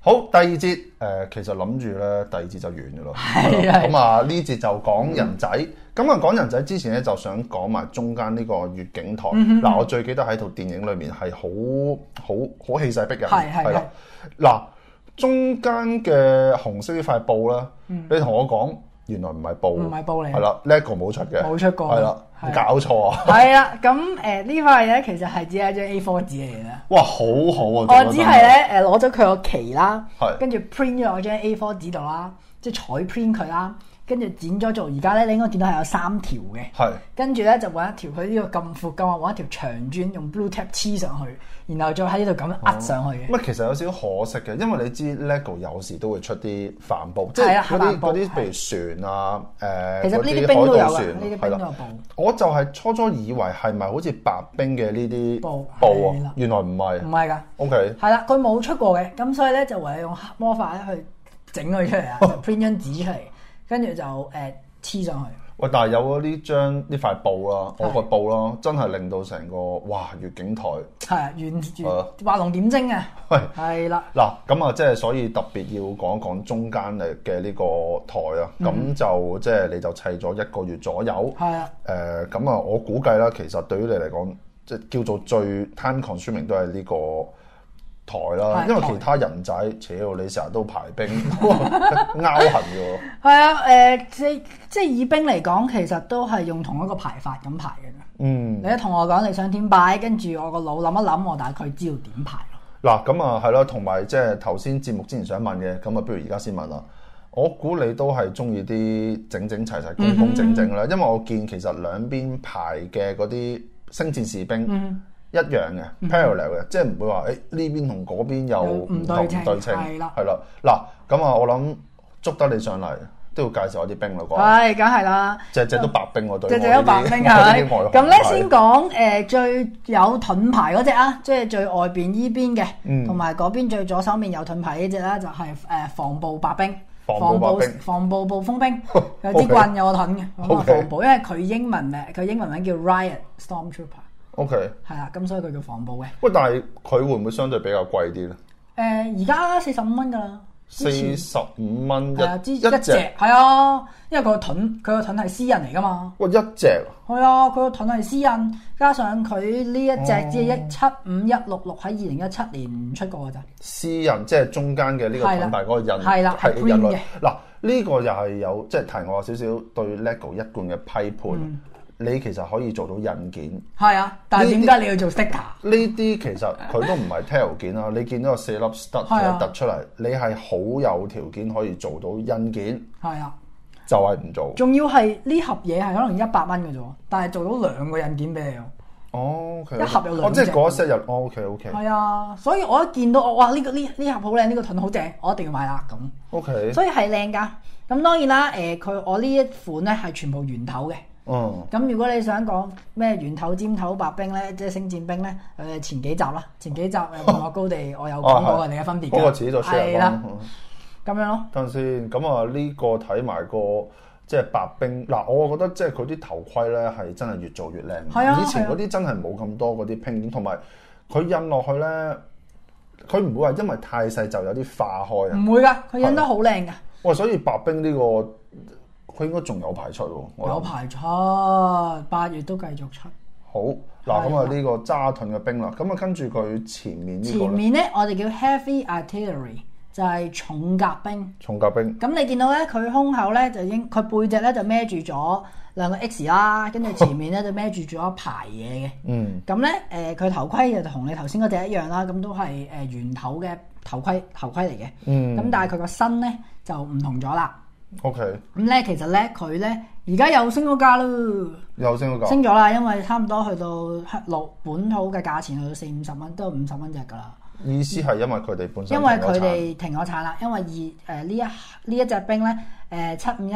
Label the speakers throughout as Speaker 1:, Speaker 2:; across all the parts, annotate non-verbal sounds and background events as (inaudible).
Speaker 1: 好，第二節誒、呃其實諗住咧，第二節就完嘅咯。
Speaker 2: 係係
Speaker 1: 咁啊，呢節就講人仔。咁啊，講人仔之前咧，就想講埋中間呢個粵景台。嗱、
Speaker 2: 嗯
Speaker 1: 我最記得喺套電影裏面係好好好氣勢逼人，
Speaker 2: 係係
Speaker 1: 啦。嗱，中間嘅紅色呢塊布啦，你同我講原來唔係布，
Speaker 2: 嗯唔係布嚟
Speaker 1: 係啦，lego 冇出嘅，
Speaker 2: 冇出過
Speaker 1: 係啦，
Speaker 2: 係
Speaker 1: 搞錯啊！
Speaker 2: 係啦，咁誒呢塊咧其實係只係一張 A4 紙嚟嘅。
Speaker 1: 哇，好好啊！
Speaker 2: 我
Speaker 1: 做得
Speaker 2: 只係咧誒攞咗佢個旗啦
Speaker 1: 係，
Speaker 2: 跟住 print 咗我張 A4 紙度啦，即係彩 print 佢啦，跟住剪咗做而家咧，你應該見到係有三條嘅。
Speaker 1: 係
Speaker 2: 跟住咧就揾一條佢呢個咁闊嘅話，揾一條長磚用 blue tape 黐上去，然後再喺呢度咁樣壓上去嘅。
Speaker 1: 咁啊，其實有少少可惜嘅，因為你知 LEGO 有時都會出啲帆布，即
Speaker 2: 係
Speaker 1: 係
Speaker 2: 啊
Speaker 1: 嗰
Speaker 2: 帆
Speaker 1: 啲
Speaker 2: 布
Speaker 1: 嗰啲譬如船啊，誒，
Speaker 2: 其實
Speaker 1: 嗰
Speaker 2: 呢啲冰都有
Speaker 1: 海盜
Speaker 2: 啊
Speaker 1: 船
Speaker 2: 呢啲冰
Speaker 1: 係啦
Speaker 2: 都有布
Speaker 1: 我就係初初以為係咪好似白冰嘅呢啲
Speaker 2: 布
Speaker 1: 布
Speaker 2: 係
Speaker 1: 啊
Speaker 2: 啦？
Speaker 1: 原來唔係
Speaker 2: 唔。係㗎，
Speaker 1: O K，
Speaker 2: 係啦，佢冇出過嘅，咁所以咧就唯有用黑魔法咧去整佢出嚟
Speaker 1: 哦
Speaker 2: 啊，就 print 張紙出嚟，跟住就誒黐、上去。
Speaker 1: 喂，但係有咗呢張呢塊布啦，
Speaker 2: 係
Speaker 1: 我個布啦，真係令到成個哇月景台
Speaker 2: 係啊，圓圓
Speaker 1: 啊
Speaker 2: 畫龍點睛啊，
Speaker 1: 喂。
Speaker 2: 係啦，
Speaker 1: 嗱，咁啊，即係所以特別要講一講中間嚟嘅呢個台啊，咁、
Speaker 2: 嗯
Speaker 1: 就即係你就砌咗一個月左右，
Speaker 2: 係啊，
Speaker 1: 誒咁啊，我估計啦，其實對於你嚟講，即係叫做最 time consuming 都係呢個台啦
Speaker 2: 係，
Speaker 1: 因為
Speaker 2: 台
Speaker 1: 其他人仔，屌你成日都排兵 (laughs) 拗痕嘅喎，
Speaker 2: 係啊，誒、呃、即即係以兵嚟講，其實都係用同一個排法咁排嘅。
Speaker 1: 嗯，
Speaker 2: 你一同我講你想點擺，跟住我個腦諗一諗，我大概知道點排咯。
Speaker 1: 嗱咁啊係啦，同埋即係頭先節目之前想問嘅，咁啊不如而家先問啦。我估你都係中意啲整整齊齊、工工整整
Speaker 2: 嗯
Speaker 1: 啦，因為我見其實兩邊排嘅嗰啲星戰士兵。
Speaker 2: 嗯
Speaker 1: 一樣嘅 parallel 嘅，即係唔會話誒呢邊同嗰邊又
Speaker 2: 有嗯唔
Speaker 1: 唔
Speaker 2: 對
Speaker 1: 同唔
Speaker 2: 稱
Speaker 1: 對稱，
Speaker 2: 係啦
Speaker 1: 係啦。嗱咁啊，我諗捉得你上嚟都要介紹下啲兵啦啩，
Speaker 2: 係，梗係啦，
Speaker 1: 隻隻都白兵 (laughs) 我對
Speaker 2: 啊隻
Speaker 1: 我
Speaker 2: 隻
Speaker 1: 呢
Speaker 2: 都
Speaker 1: 啲
Speaker 2: 白兵係
Speaker 1: 我呢
Speaker 2: 咪
Speaker 1: 啲外？行
Speaker 2: 咁咧
Speaker 1: 係
Speaker 2: 先講誒、呃最有盾牌嗰只啊，即係最外邊依邊嘅，
Speaker 1: 嗯
Speaker 2: 同埋嗰邊最左手面有盾牌呢只啦，就係、誒防暴白兵。
Speaker 1: 防暴白兵
Speaker 2: 防暴暴風
Speaker 1: (laughs)
Speaker 2: 兵有
Speaker 1: OK
Speaker 2: 支棍有個盾嘅，咁啊
Speaker 1: OK
Speaker 2: 防暴，因為佢英文名佢英文名叫 Riot Stormtrooper，
Speaker 1: OK。
Speaker 2: 係啦，咁所以佢叫防暴嘅。
Speaker 1: 喂，但係佢會唔會相對比較貴啲咧？
Speaker 2: 誒而家四十五蚊㗎啦，之
Speaker 1: 四
Speaker 2: 前
Speaker 1: 十五蚊
Speaker 2: 係啊，之
Speaker 1: 一
Speaker 2: 一隻
Speaker 1: 隻，
Speaker 2: 係啊，因為佢個盾佢個盾係私人嚟㗎嘛。
Speaker 1: 喂一隻
Speaker 2: 係啊，佢個盾係私印，加上佢呢一隻只係一七五一六六喺二零一七年出過㗎咋，
Speaker 1: 私人即係中間嘅呢個
Speaker 2: 係啦
Speaker 1: 品牌嗰個印
Speaker 2: 係啦係
Speaker 1: 印
Speaker 2: green
Speaker 1: 類
Speaker 2: 嘅。
Speaker 1: 嗱呢個又係有即係提我少少對 LEGO 一貫嘅批
Speaker 2: 嗯
Speaker 1: 判。你其實可以做到印件，呢
Speaker 2: 係啊，但係點
Speaker 1: 呢
Speaker 2: 解你要做 sticker？
Speaker 1: 啲其實佢都唔係 tail 件啦。你見到有四粒 stud
Speaker 2: 嗯係啊
Speaker 1: 嘅突出嚟，你係好有條件可以做到印件，
Speaker 2: 係啊，
Speaker 1: 就係唔做。
Speaker 2: 仲要係呢盒嘢係可能一百蚊嘅啫喎，但係做到兩個印件俾你喎。
Speaker 1: 哦，OK，
Speaker 2: 一盒有兩
Speaker 1: 哦，即係
Speaker 2: 隻
Speaker 1: 嗰一 set 入，哦，OK，OK，
Speaker 2: 係啊，所以我一見到我哇呢、個呢呢盒好靚，呢、個盾好正，我一定要買啦咁。
Speaker 1: OK，
Speaker 2: 所以係靚㗎。咁當然啦，誒、佢我呢一款咧係全部圓頭嘅。
Speaker 1: 嗯。
Speaker 2: 咁如果你想講咩圓頭尖頭白冰咧，即係星戰兵咧，誒、前幾集啦，前幾集誒
Speaker 1: (laughs)
Speaker 2: 《望落高地》，我有講過
Speaker 1: 哦係
Speaker 2: 佢哋嘅分別㗎。
Speaker 1: 嗰個自己再 share 嗯
Speaker 2: 係啦
Speaker 1: 啦。，
Speaker 2: 咁樣咯，
Speaker 1: 等陣先，咁啊呢個睇埋個即係白冰嗱，我覺得即係佢啲頭盔咧係真係越做越靚。
Speaker 2: 係啊
Speaker 1: 以前
Speaker 2: 係啊
Speaker 1: 嗰啲真係冇咁多嗰啲拼件，同埋佢印落去咧，佢唔會話因為太細就有啲化開啊。
Speaker 2: 唔會㗎，佢印得好靚㗎，
Speaker 1: 哇、所以白冰呢、個佢應該仲有排出喎。我諗
Speaker 2: 有排出，八月都繼續出。
Speaker 1: 好嗱，咁
Speaker 2: 係
Speaker 1: 啊
Speaker 2: 啊
Speaker 1: 呢個揸盾嘅冰啦，咁啊跟住佢前面呢個
Speaker 2: 前
Speaker 1: 咧
Speaker 2: 面咧，我哋叫 heavy artillery，就係重甲兵。
Speaker 1: 重甲冰，
Speaker 2: 咁你見到咧，佢胸口咧就應佢背脊咧就孭住咗兩個 X 啦，跟住前面咧就孭住咗一排嘢嘅。
Speaker 1: 嗯，
Speaker 2: 咁咧誒，佢、頭盔就同你頭先嗰隻一樣啦，咁都係誒圓頭嘅頭盔頭盔嚟嘅。
Speaker 1: 嗯
Speaker 2: 咁但係佢個身咧就唔同咗啦。
Speaker 1: OK，
Speaker 2: 咁咧其實咧佢咧而家又升咗價咯，
Speaker 1: 又升咗價，
Speaker 2: 升咗啦，因為差唔多去到香六本土嘅價錢去到四五十蚊，都五十蚊隻㗎啦。
Speaker 1: 意思係因為佢哋本身
Speaker 2: 因為
Speaker 1: 停咗產
Speaker 2: 佢哋停咗產啦，呃因為二誒呢一呢一隻兵咧誒七五一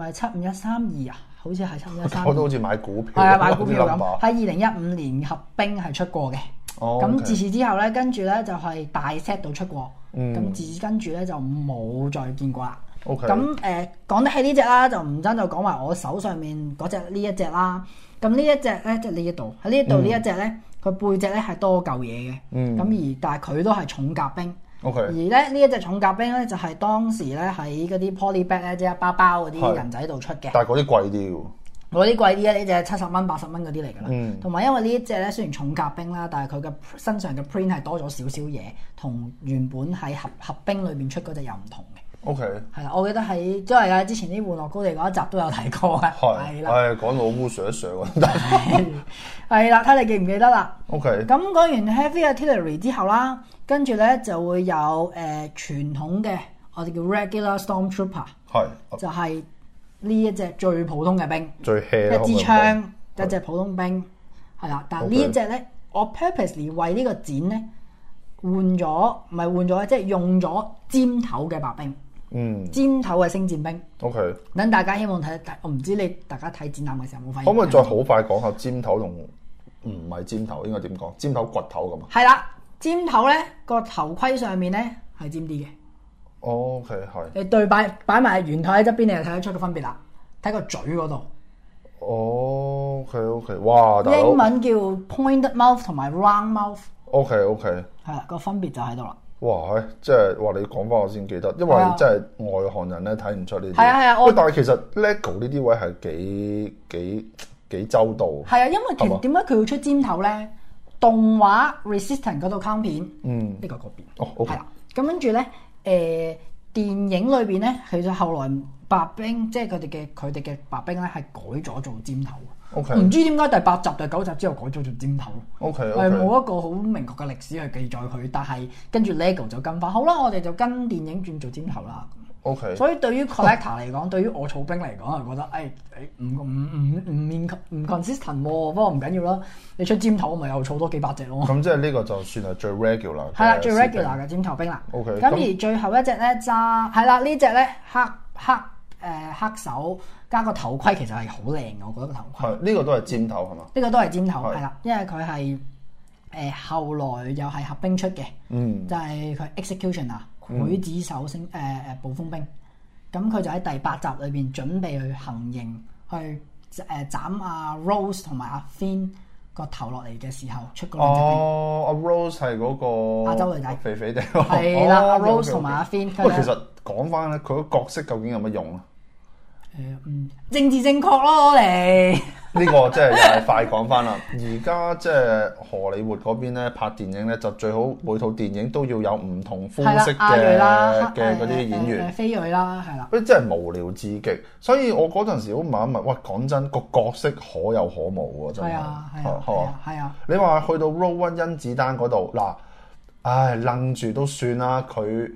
Speaker 2: 唔係七五一三二啊，好似係差唔多
Speaker 1: (laughs)
Speaker 2: 三，
Speaker 1: 我都好似買股票，
Speaker 2: 係啊買股
Speaker 1: (laughs)
Speaker 2: 票
Speaker 1: 啲
Speaker 2: 咁，喺
Speaker 1: number
Speaker 2: 二零一五年合兵係出過嘅。
Speaker 1: 哦
Speaker 2: 咁
Speaker 1: OK
Speaker 2: 自此之後咧，跟住咧就係大 set 度出過，
Speaker 1: 嗯
Speaker 2: 咁自跟住咧就冇再見過啦。
Speaker 1: OK
Speaker 2: 咁誒講得起呢只啦，就唔爭就講埋我手上面嗰只呢一隻啦。咁呢一隻咧，即係呢一度喺呢一度呢一隻咧，佢背脊咧係多嚿嘢嘅。咁、
Speaker 1: 嗯
Speaker 2: 而但係佢都係重甲兵。而
Speaker 1: OK，
Speaker 2: 咧呢一隻重甲兵咧，就係、當時咧喺嗰啲 poly bag 咧，即係包包嗰啲
Speaker 1: 係
Speaker 2: 人仔度出嘅。
Speaker 1: 但係嗰啲貴啲喎。
Speaker 2: 嗰啲貴啲咧，呢只七十蚊、八十蚊嗰啲嚟㗎啦
Speaker 1: 嗯。
Speaker 2: 同埋、因為呢一隻咧雖然重甲兵啦，但係佢嘅身上嘅 print 係多咗少少嘢，同原本喺合合兵裏邊出嗰只又唔同嘅。
Speaker 1: OK，
Speaker 2: 係啦，我記得喺都係啊，之前啲玩樂高地嗰一集都有提過啊。
Speaker 1: 係，
Speaker 2: 啦， (laughs)
Speaker 1: 係講到烏水一水嗰單。
Speaker 2: 係啦，睇你記唔記得啦？
Speaker 1: 啊 (laughs) OK，
Speaker 2: 咁講完 heavy artillery 之後啦，跟住咧就會有誒、呃、傳統嘅我哋叫 regular stormtrooper，
Speaker 1: 係
Speaker 2: 就係呢一隻最普通嘅兵。
Speaker 1: 最 hea 啦可唔可
Speaker 2: 一
Speaker 1: 以
Speaker 2: 支
Speaker 1: 咁講
Speaker 2: 槍，一隻普通兵，係啦。但
Speaker 1: OK
Speaker 2: 呢一隻咧，我 purposely 為呢個展咧換咗，唔係換咗，即係用咗尖頭嘅白兵，
Speaker 1: 嗯
Speaker 2: 尖頭嘅星戰兵。
Speaker 1: ，OK，
Speaker 2: 等大家希望睇一睇，我唔知你大家睇展覽嘅時候有冇發
Speaker 1: 可唔
Speaker 2: 現？
Speaker 1: 可以再好快講下尖頭同唔係尖頭應該點講？尖頭掘頭咁啊
Speaker 2: 係啦，尖頭咧個頭盔上面咧係尖啲嘅，
Speaker 1: ？OK，係，
Speaker 2: 你對擺擺埋圓頭喺側邊，你就睇得出個分別啦。睇個嘴嗰度，
Speaker 1: 哦，OK，OK，哇，大
Speaker 2: 英
Speaker 1: 佬
Speaker 2: 文叫 pointed mouth 同埋 round mouth，
Speaker 1: ，OK，OK。
Speaker 2: 係啦，個分別就喺度啦。
Speaker 1: 哇！係即係話你講翻我先記得，因為
Speaker 2: 係啊
Speaker 1: 真係外行人咧睇唔出呢啲。
Speaker 2: 係啊係啊我
Speaker 1: 喂但係其實 LEGO 呢啲位係幾幾幾周到。
Speaker 2: 係啊，因為其
Speaker 1: 係
Speaker 2: 實
Speaker 1: 嘛
Speaker 2: 點解佢要出尖頭咧？動畫 Resistant 嗰套卡通片，呢
Speaker 1: 嗯，
Speaker 2: 個嗰邊
Speaker 1: 哦，OK
Speaker 2: 係啊啦。咁跟住咧，誒、電影裏邊咧，其實後來白冰即係佢哋嘅佢哋嘅白冰咧，係改咗做尖頭。
Speaker 1: OK
Speaker 2: 唔知點解第八集、第九集之後改咗做尖頭，
Speaker 1: OK
Speaker 2: 嗯係
Speaker 1: OK
Speaker 2: 冇啊一個好明確嘅歷史去記載佢，但係跟住 LEGO 就跟翻，好啦，我哋就跟電影轉做尖頭啦。
Speaker 1: OK，
Speaker 2: 所以對於 collector 嚟講，對於我草兵嚟講，係覺得誒誒唔唔唔唔面唔 consistent 喎，不過唔緊要啦。你出尖頭我咪又儲多幾百隻咯。
Speaker 1: 咁即係呢個就算係最 regular 嘅
Speaker 2: (laughs) 係啦，最
Speaker 1: 設定
Speaker 2: regular 嘅尖頭兵啦。
Speaker 1: OK，
Speaker 2: 咁
Speaker 1: 咁
Speaker 2: 而最後一隻咧揸係啦，呢只咧黑黑誒、黑手加個頭盔，其實係好靚嘅，我覺得個頭盔
Speaker 1: 係呢個都係尖頭係嘛？
Speaker 2: 呢個都係尖頭
Speaker 1: 係
Speaker 2: 係啦，因為佢係誒後來又係合兵出嘅。
Speaker 1: 嗯
Speaker 2: 就係佢 execution 啊，劊子手升誒誒暴風兵，咁佢就喺第八集裏邊準備去行刑，去誒斬阿 Rose 同埋阿 Finn 個頭落嚟嘅時候出嗰兩隻兵，
Speaker 1: 哦，阿 Rose 係嗰個
Speaker 2: 亞洲女仔
Speaker 1: 肥肥地
Speaker 2: 係啦
Speaker 1: 哦
Speaker 2: 阿 Rose
Speaker 1: OK，OK
Speaker 2: 同埋阿 Finn，佢
Speaker 1: 喂，
Speaker 2: 哋
Speaker 1: 其實講翻咧，佢個角色究竟有乜用啊？
Speaker 2: 誒嗯政治正確咯你，
Speaker 1: 呢個即係又係快講翻啦。而家即係荷里活嗰邊咧拍電影咧，就最好每套電影都要有唔同
Speaker 2: 係
Speaker 1: 膚
Speaker 2: 啦
Speaker 1: 色
Speaker 2: 亞裔
Speaker 1: 嘅
Speaker 2: 啦
Speaker 1: 嘅嗰
Speaker 2: 誒
Speaker 1: 啲演
Speaker 2: 誒誒
Speaker 1: 員，
Speaker 2: 非裔啦係啦，
Speaker 1: 嗰啲真係無聊至極。所以我嗰陣時好問一問，喂，講真個角色可有可無喎，真係
Speaker 2: 係啊係
Speaker 1: 係
Speaker 2: 啊係啊係啊，
Speaker 1: 你話去到 Row One 甄子丹嗰度，嗱，唉，楞住都算啦。佢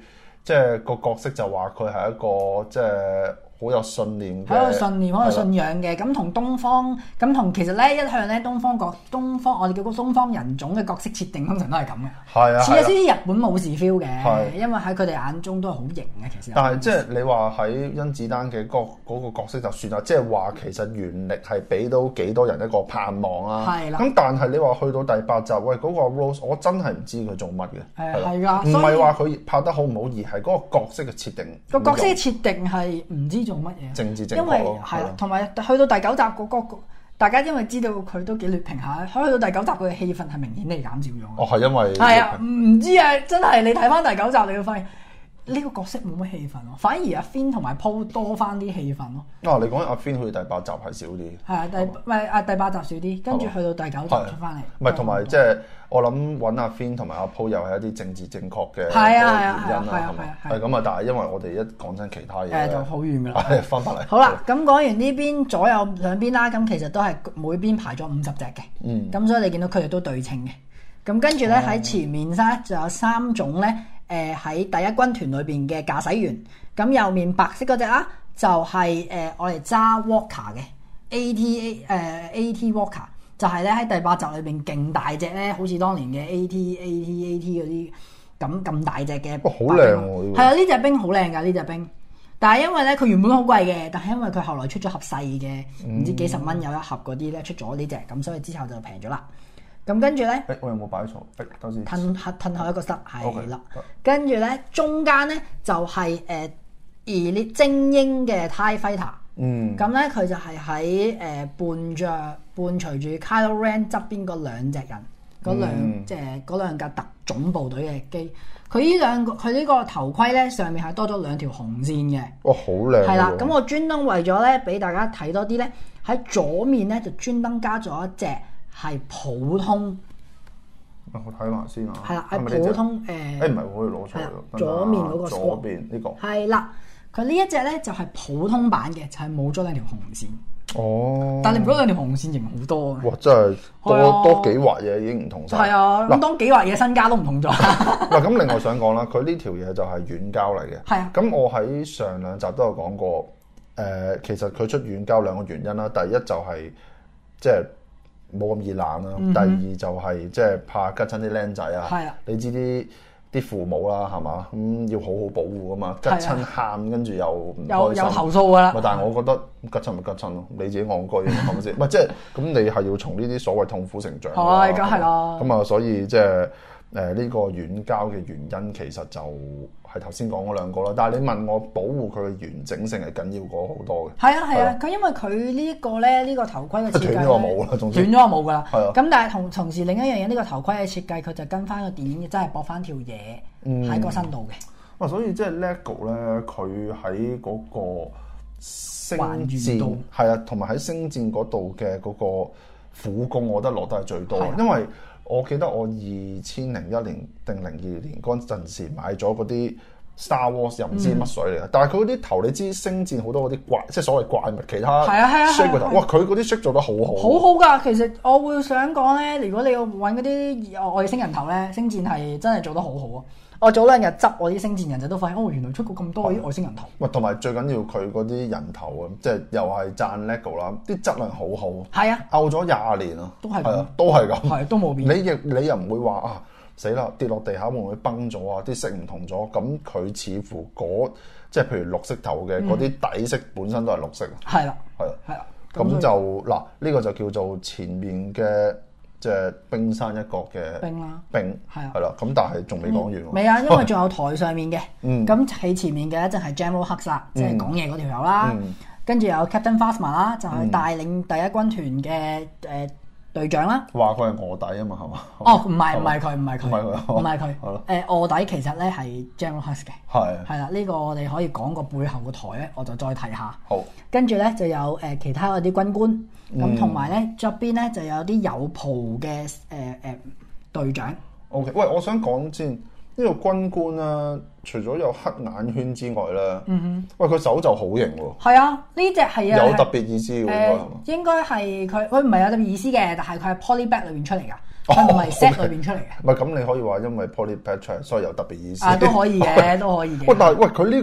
Speaker 1: 即係個角色就話佢係一個即係好有信念嘅，
Speaker 2: 喺度信念，喺度
Speaker 1: 係啦。
Speaker 2: 信仰嘅，咁同東方咁同其實咧一向咧東方角東方我哋叫個東方人種嘅角色設定通常都係咁嘅。
Speaker 1: 係啊，
Speaker 2: 似有
Speaker 1: 係啊。
Speaker 2: 少少日本武士 feel 嘅，
Speaker 1: 係
Speaker 2: 因為喺佢哋眼中都係好型嘅，其實。
Speaker 1: 但係即係你話喺甄子丹嘅嗰嗰個角色就算啦，即係話其實原力係俾到幾多人一個盼望啦。
Speaker 2: 係啦
Speaker 1: 咁但係你話去到第八集，喂嗰、個 Rose，我真係唔知佢做乜嘅。
Speaker 2: 係
Speaker 1: 啦
Speaker 2: 係㗎
Speaker 1: 唔
Speaker 2: 所以
Speaker 1: 係話佢拍得好唔好，而係嗰個角色嘅設定。
Speaker 2: 個角色嘅設定係唔知做乜嘢，
Speaker 1: 政治正確
Speaker 2: 因為
Speaker 1: 咯嗯
Speaker 2: 係
Speaker 1: 係啊
Speaker 2: 啦
Speaker 1: 啦，
Speaker 2: 同埋去到第九集嗰個大家因為知道佢都幾劣評下，去到第九集佢嘅氣氛係明顯地減少咗。
Speaker 1: 哦，係因為
Speaker 2: 係啊，唔知啊，真係你睇翻第九集，你會發現呢個角色冇乜氣氛咯，反而阿 Fin 同埋 Paul 多翻啲氣氛咯。
Speaker 1: 啊，你講阿 Fin 去第八集係少啲，
Speaker 2: 係啊，第唔係啊第八集少啲，跟住去到第九集出翻嚟。
Speaker 1: 唔係同
Speaker 2: 嗯
Speaker 1: 埋即係我諗揾阿 Fin 同埋阿 Po 又係一啲政治正確嘅嗰
Speaker 2: 係
Speaker 1: 個
Speaker 2: 啊
Speaker 1: 原因
Speaker 2: 係啊係啊
Speaker 1: 啦，係咪？
Speaker 2: 係啊係啊
Speaker 1: 係咁啊，但係因為我哋一講真其他嘢
Speaker 2: 誒
Speaker 1: 咧
Speaker 2: 就好遠㗎啦。
Speaker 1: 係翻返嚟。
Speaker 2: 好啦，咁講完呢邊左右兩邊啦，咁其實都係每邊排咗五十隻嘅，
Speaker 1: 嗯哦
Speaker 2: 咁所以你見到佢哋都對稱嘅。咁跟住咧喺前面咧就有三種咧，誒、喺第一軍團裏邊嘅駕駛員，咁右面白色嗰只啦，就係、誒、我哋揸 Walker 嘅 AT 誒、AT Walker，就係咧喺第八集裏邊勁大隻咧，好似當年嘅 AT AT AT 嗰啲咁咁大隻嘅白兵，
Speaker 1: 哇好靚喎呢個
Speaker 2: 係啊，呢只兵好靚㗎，呢只兵。但係因為咧，佢原本好貴嘅，但係因為佢後來出咗盒細嘅，唔知幾十蚊有一盒嗰啲咧，出咗呢只，咁所以之後就平咗啦。咁跟住咧，
Speaker 1: 誒，我有冇擺錯？誒，等先。
Speaker 2: 褪後褪後一個塞係啦
Speaker 1: OK，得，
Speaker 2: 跟住咧中間咧就係誒 Elite 精英嘅 Tie Fighter。
Speaker 1: 嗯，
Speaker 2: 咁咧佢就係喺誒伴着伴隨住 Kylo Ren 側邊嗰兩隻人，嗰兩
Speaker 1: 嗯
Speaker 2: 即係嗰兩架特種部隊嘅機。佢呢兩個佢呢個頭盔咧上面係多咗兩條紅線嘅，
Speaker 1: 哇，好靚喎。
Speaker 2: 係啦。咁我專登為咗咧俾大家睇多啲咧，喺左面咧就專登加咗一隻係普通
Speaker 1: 我睇埋先啊。
Speaker 2: 係啦，
Speaker 1: 係
Speaker 2: 係
Speaker 1: 咪呢隻
Speaker 2: 普。通誒。
Speaker 1: 誒，唔係，我可以攞錯
Speaker 2: 係啦
Speaker 1: 咗。等
Speaker 2: 左
Speaker 1: 等
Speaker 2: 面
Speaker 1: 啊
Speaker 2: 嗰個
Speaker 1: 左邊呢
Speaker 2: 係啦，佢呢一隻咧就係普通版嘅，就係冇咗兩條紅線。
Speaker 1: 個。哦。
Speaker 2: 但你唔覺得兩條紅線型好多嘅？
Speaker 1: 哇！真係
Speaker 2: 係
Speaker 1: 多
Speaker 2: 啊
Speaker 1: 多幾劃嘢已經唔同晒。
Speaker 2: 係啊，咁當幾劃嘢身家都唔同
Speaker 1: (laughs)
Speaker 2: 咗。 (laughs)
Speaker 1: 嗱，咁另外想講啦，佢呢條嘢就係軟膠嚟嘅。
Speaker 2: 係啊
Speaker 1: 咁我喺上兩集都有講過，誒、呃其實佢出軟膠兩個原因啦。第一就係、即係冇咁易爛啦。第二就係、即係怕吉親啲僆仔啊。
Speaker 2: 嗯係啊
Speaker 1: 你知啲啲父母啦，係嘛？咁、要好好保護啊嘛。吉
Speaker 2: 係啊
Speaker 1: 親喊，跟住又唔
Speaker 2: 有
Speaker 1: 開
Speaker 2: 有投
Speaker 1: 心。
Speaker 2: 訴㗎啦
Speaker 1: 咪。但係我覺得吉親咪吉親咯，你自己戇居啊嘛，係咪先？
Speaker 2: (laughs)
Speaker 1: 唔係即係咁，你係要從呢啲所謂痛苦成長㗎啦。
Speaker 2: 哦係梗係啦
Speaker 1: 咁啊，所以即係誒呢個軟膠嘅原因，其實就係頭先講嗰兩個啦。但係你問我保護佢嘅完整性係緊要過好多嘅。
Speaker 2: 係啊係
Speaker 1: 係
Speaker 2: 啊
Speaker 1: 啊，
Speaker 2: 佢因為佢呢一個咧，呢個頭盔嘅設計
Speaker 1: 斷咗我冇啦總之
Speaker 2: 斷咗我冇㗎啦。
Speaker 1: 係啊
Speaker 2: 咁但係同同時另一樣嘢，呢個頭盔嘅設計佢就跟翻個電影，真係駁翻條嘢
Speaker 1: 嗯
Speaker 2: 喺個身度嘅。
Speaker 1: 哇！啊所以即係 LEGO 咧，佢喺嗰個星
Speaker 2: 還原
Speaker 1: 戰
Speaker 2: 度
Speaker 1: 係啊，同埋喺星戰嗰度嘅嗰個苦功，我覺得落得係最多
Speaker 2: 係啊
Speaker 1: 嘅，因為我記得我二千零一年定零二年嗰陣時買咗嗰啲 Star Wars 又唔
Speaker 2: 嗯
Speaker 1: 知乜水嚟嘅，但係佢嗰啲頭你知星戰好多嗰啲怪，即係所謂怪物，其他
Speaker 2: 係啊係啊係啊
Speaker 1: shape 嘅頭
Speaker 2: 係啊
Speaker 1: 哇！佢嗰啲 shape 做得好好，啊
Speaker 2: 好好㗎，其實我會想講咧，如果你要揾嗰啲外星人頭咧，星戰係真係做得好好啊！我早兩日執我啲星戰人就都發現，哦，原來出過咁多啲外星人頭。
Speaker 1: 喂，同埋最緊要佢嗰啲人頭啊，即係又係讚 LEGO 啦，啲質量好好。
Speaker 2: 係
Speaker 1: (laughs)
Speaker 2: 啊，
Speaker 1: 拗咗廿年啊，
Speaker 2: 都係咁
Speaker 1: 係啊，都係咁，
Speaker 2: 係都冇變
Speaker 1: 你亦你又唔會話啊死啦，跌落地下會唔會崩咗啊？啲色唔同咗，咁佢似乎嗰即係譬如綠色頭嘅
Speaker 2: 嗯
Speaker 1: 嗰啲底色本身都係綠色，
Speaker 2: 係啦，
Speaker 1: 係啊，
Speaker 2: 係啦。
Speaker 1: 咁
Speaker 2: 所以
Speaker 1: 就嗱呢個就叫做前面嘅即係冰山一角嘅
Speaker 2: 冰啦
Speaker 1: 冰
Speaker 2: 係啊
Speaker 1: 係啦，咁但係仲未講完喎，
Speaker 2: 未啊，因為仲有台上面嘅，
Speaker 1: 嗯
Speaker 2: 咁喺前面嘅一隻係 General Hux 啦，即係講嘢嗰條友啦
Speaker 1: 嗯，
Speaker 2: 跟住有 Captain Phasma 啦，就係帶領第一軍團嘅誒隊長啦。
Speaker 1: 話佢係臥底啊嘛，係嘛？
Speaker 2: 哦，唔係唔係佢，唔係佢，
Speaker 1: 唔係佢
Speaker 2: 唔係佢
Speaker 1: 好啦，嗯
Speaker 2: 誒卧底其實咧係 General Hux 嘅，
Speaker 1: 係
Speaker 2: 係啦，呢個我哋可以講個背後個台咧，我就再睇下。
Speaker 1: 好
Speaker 2: 跟住咧就有誒、呃其他嗰啲軍官，
Speaker 1: 嗯
Speaker 2: 咁同埋咧側邊咧就有啲有袍嘅誒誒隊長，
Speaker 1: OK。喂，我想講先。呢個軍官咧，除咗有黑眼圈之外咧，喂佢手就好型喎，
Speaker 2: 係啊，呢只嗯係啊
Speaker 1: 有特別意思嘅喎應該
Speaker 2: 誒
Speaker 1: 係嘛？
Speaker 2: 應該係佢，佢唔係有特別意思嘅，但係佢係 polybag 裏邊出嚟㗎，
Speaker 1: 哦
Speaker 2: 佢唔係 set 裏邊出
Speaker 1: (laughs)
Speaker 2: 嚟嘅，
Speaker 1: 唔係咁，你可以話因為 polypatch 所以有特別意思。
Speaker 2: 啊都可以嘅，都可以
Speaker 1: (laughs) 哦喂，
Speaker 2: 嘅，
Speaker 1: 但係喂佢呢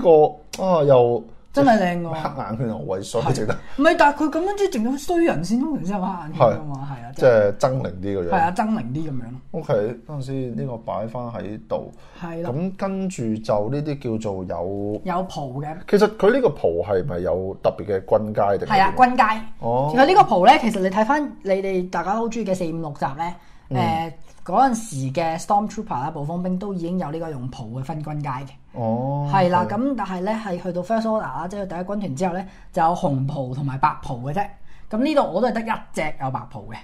Speaker 1: 個啊又
Speaker 2: 真係靚喎。
Speaker 1: 黑眼圈好鬼衰，值得
Speaker 2: 唔係，但啊係佢咁樣即係整到衰人先，通常先有黑眼圈㗎嘛，係啊，
Speaker 1: 即係狰狞啲嘅
Speaker 2: 係啊，
Speaker 1: 樣。
Speaker 2: 狰狞啲咁樣咯，
Speaker 1: OK，嗰陣時呢個擺翻喺度，
Speaker 2: 係咯，
Speaker 1: 咁跟住就呢啲叫做有。
Speaker 2: 有袍嘅，
Speaker 1: 其實佢呢個袍係咪有特別嘅軍階定係
Speaker 2: 係啊，
Speaker 1: 點？
Speaker 2: 軍階。
Speaker 1: 哦，
Speaker 2: 佢呢個袍咧，其實你睇翻你哋大家都好中意嘅四五六集咧，
Speaker 1: 嗯
Speaker 2: 誒嗰陣時嘅 Stormtrooper 啦、暴風兵都已經有呢個用袍嘅分軍階嘅，
Speaker 1: 哦，
Speaker 2: 係啦。咁但係咧係去到 First Order 啦，即係第一軍團之後咧，就有紅袍同埋白袍嘅啫。咁呢度我都係得一隻有白袍嘅，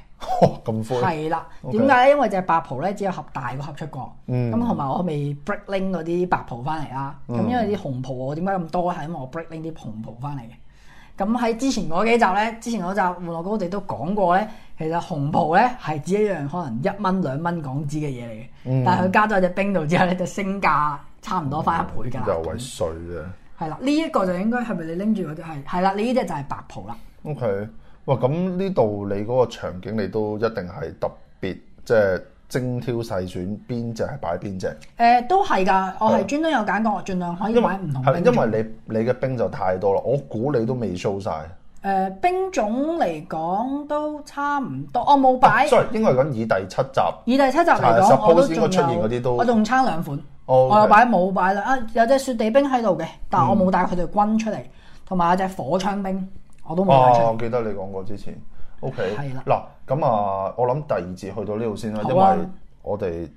Speaker 1: 哦咁灰，
Speaker 2: 係啦。
Speaker 1: OK
Speaker 2: 點解咧？因為隻白袍咧只有盒大個盒出過，
Speaker 1: 嗯
Speaker 2: 咁同埋我未 break link 嗰啲白袍翻嚟啦。咁因為啲紅袍我點解咁多？係因為我 break link 啲紅袍翻嚟嘅。咁喺之前嗰幾集咧，之前嗰集《玩樂高地》都講過咧，其實紅袍咧係只一樣可能一蚊兩蚊港紙嘅嘢嚟嘅，
Speaker 1: 嗯
Speaker 2: 但係佢加咗喺隻冰度之後咧，就升價差唔多翻一啊倍㗎啦。
Speaker 1: 又為碎嘅。
Speaker 2: 係啦，呢一個就應該係咪你拎住嗰啲係係啦？你呢只就係白袍啦，
Speaker 1: OK，哇！咁呢度你嗰個場景你都一定係特別，即係精挑細選邊只係擺邊只，
Speaker 2: 誒、都係㗎。我係
Speaker 1: 係
Speaker 2: 專登有揀過，我盡量可以
Speaker 1: 因為
Speaker 2: 買唔同
Speaker 1: 係
Speaker 2: 冰種。
Speaker 1: 因為你你嘅兵就太多啦，我估你都未 show 晒。
Speaker 2: 誒、兵種嚟講都差唔多，我冇擺。
Speaker 1: sorry，應該係講以第七集。
Speaker 2: 以第七集嚟
Speaker 1: 係
Speaker 2: 講，我都
Speaker 1: suppose
Speaker 2: 仲
Speaker 1: 應該出現嗰啲
Speaker 2: 有，
Speaker 1: 都
Speaker 2: 我仲差兩款。
Speaker 1: 哦哦
Speaker 2: 我有擺冇擺啦。啊，有隻雪地兵喺度嘅，但我冇帶佢哋軍出嚟，同埋有隻火槍兵我都冇帶出
Speaker 1: 哦，我
Speaker 2: 嚟。
Speaker 1: 記得你講過之前。O K，
Speaker 2: 係啦
Speaker 1: 嗱咁啊，我諗第二節去到呢度先啦，因
Speaker 2: 好啊
Speaker 1: 為我哋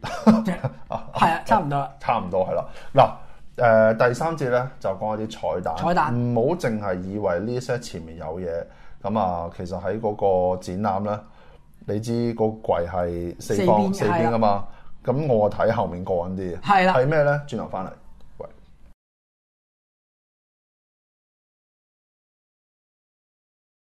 Speaker 2: 係啊，差唔多啦。
Speaker 1: 差唔多係啦。嗱，誒、第三節咧就講一啲彩蛋，
Speaker 2: 彩蛋
Speaker 1: 唔好淨係以為呢一 set 前面有嘢，咁啊，其實喺嗰個展覽咧，你知個櫃係四方
Speaker 2: 四
Speaker 1: 四
Speaker 2: 邊
Speaker 1: 邊噶嘛，咁我睇後面過緊啲嘅，
Speaker 2: 係啦
Speaker 1: 係咩咧？轉頭翻嚟。